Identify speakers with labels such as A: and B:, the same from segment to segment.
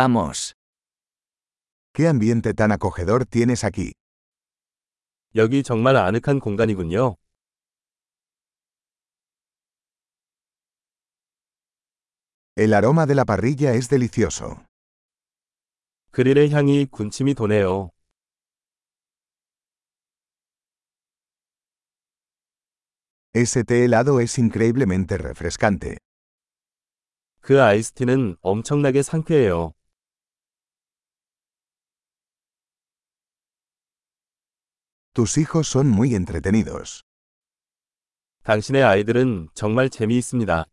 A: Vamos.
B: ¿Qué ambiente tan acogedor tienes aquí?
C: 여기 정말 아늑한 공간이군요.
B: El aroma de la parrilla es delicioso.
C: 그릴의 향이 군침이 도네요.
B: Ese té helado es increíblemente refrescante.
C: 그 아이스티는 엄청나게 상쾌해요.
B: Tus hijos son muy entretenidos.
C: 당신의 아이들은 정말 재미있습니다.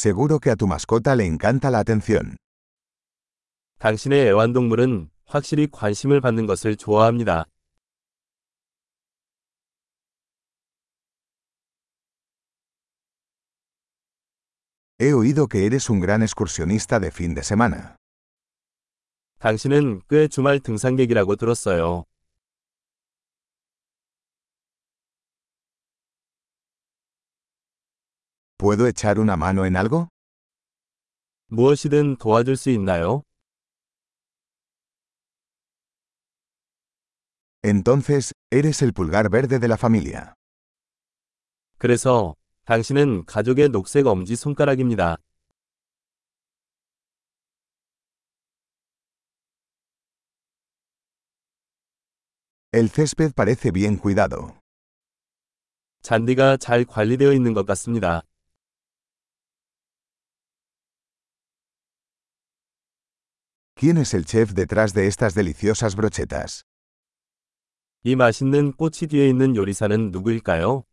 B: Seguro que a tu mascota le encanta la atención.
C: 당신의 애완동물은 확실히 관심을 받는 것을 좋아합니다.
B: He oído que eres un gran excursionista de fin de semana.
C: 당신은 꽤 주말 등산객이라고 들었어요.
B: ¿Puedo echar una mano en algo?
C: 무엇이든 도와줄 수 있나요?
B: Entonces, eres el pulgar verde de la familia.
C: 그래서 당신은 가족의 녹색 엄지 손가락입니다.
B: El césped parece bien cuidado.
C: 잔디가 잘 관리되어 있는 것 같습니다.
B: ¿Quién es el chef detrás de estas deliciosas brochetas?
C: 이 맛있는 꽃이 뒤에 있는 요리사는 누구일까요?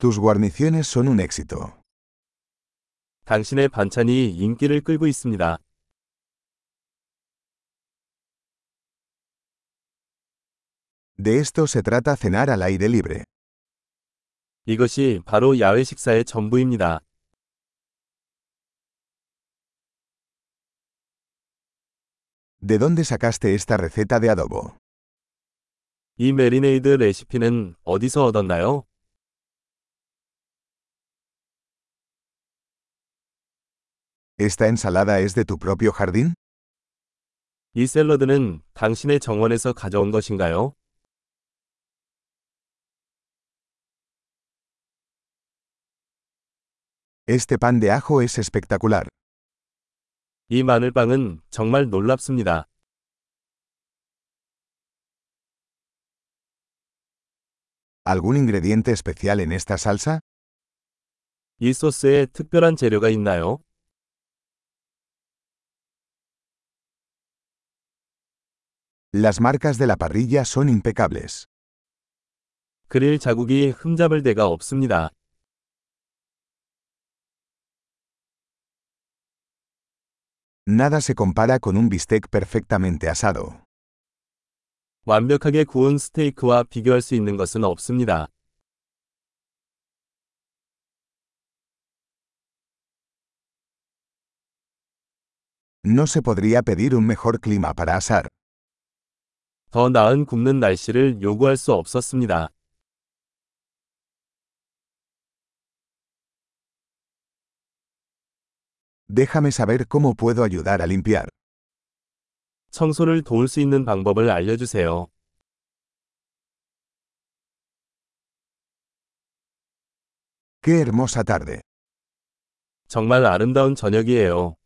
B: Tus guarniciones son un éxito.
C: 당신의 반찬이 인기를 끌고 있습니다.
B: De esto se trata cenar al aire libre.
C: 이것이 바로 야외 식사의 전부입니다.
B: ¿De dónde sacaste esta receta de adobo?
C: 이 메리네이드 레시피는 어디서 얻었나요?
B: ¿Esta ensalada es de tu propio jardín?
C: 이 샐러드는 당신의 정원에서 가져온 것인가요?
B: Este pan de ajo es espectacular.
C: 이 마늘빵은 정말 놀랍습니다.
B: ¿Algún ingrediente especial en esta salsa?
C: 이 소스에 특별한 재료가 있나요?
B: Las marcas de la parrilla son impecables.
C: 그릴 자국이 흠잡을 데가 없습니다.
B: Nada se compara con un bistec perfectamente asado.
C: 완벽하게 구운 스테이크와 비교할 수 있는 것은 없습니다.
B: No se podría pedir un mejor clima para asar.
C: 더 나은 굽는 날씨를 요구할 수 없었습니다.
B: Déjame saber cómo puedo ayudar a limpiar.
C: 청소를 도울 수 있는 방법을 알려주세요.
B: ¡Qué hermosa tarde!
C: 정말 아름다운 저녁이에요.